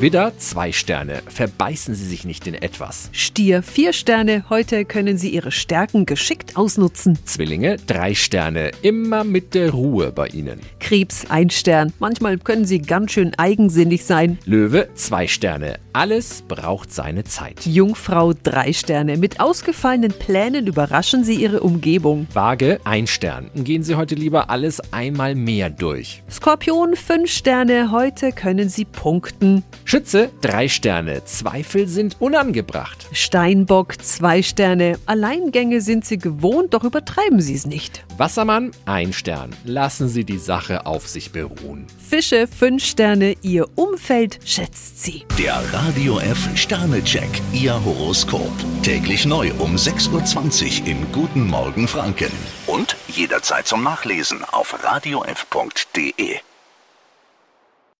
Widder, zwei Sterne. Verbeißen Sie sich nicht in etwas. Stier, vier Sterne. Heute können Sie Ihre Stärken geschickt ausnutzen. Zwillinge, drei Sterne. Immer mit der Ruhe bei Ihnen. Krebs, ein Stern. Manchmal können Sie ganz schön eigensinnig sein. Löwe, zwei Sterne. Alles braucht seine Zeit. Jungfrau, drei Sterne. Mit ausgefallenen Plänen überraschen Sie Ihre Umgebung. Waage, ein Stern. Gehen Sie heute lieber alles einmal mehr durch. Skorpion, fünf Sterne. Heute können Sie punkten. Schütze, drei Sterne. Zweifel sind unangebracht. Steinbock, zwei Sterne. Alleingänge sind Sie gewohnt, doch übertreiben Sie es nicht. Wassermann, ein Stern. Lassen Sie die Sache auf sich beruhen. Fische, fünf Sterne. Ihr Umfeld schätzt Sie. Der Radio F Sternecheck, Ihr Horoskop. Täglich neu um 6.20 Uhr im Guten Morgen Franken. Und jederzeit zum Nachlesen auf radiof.de.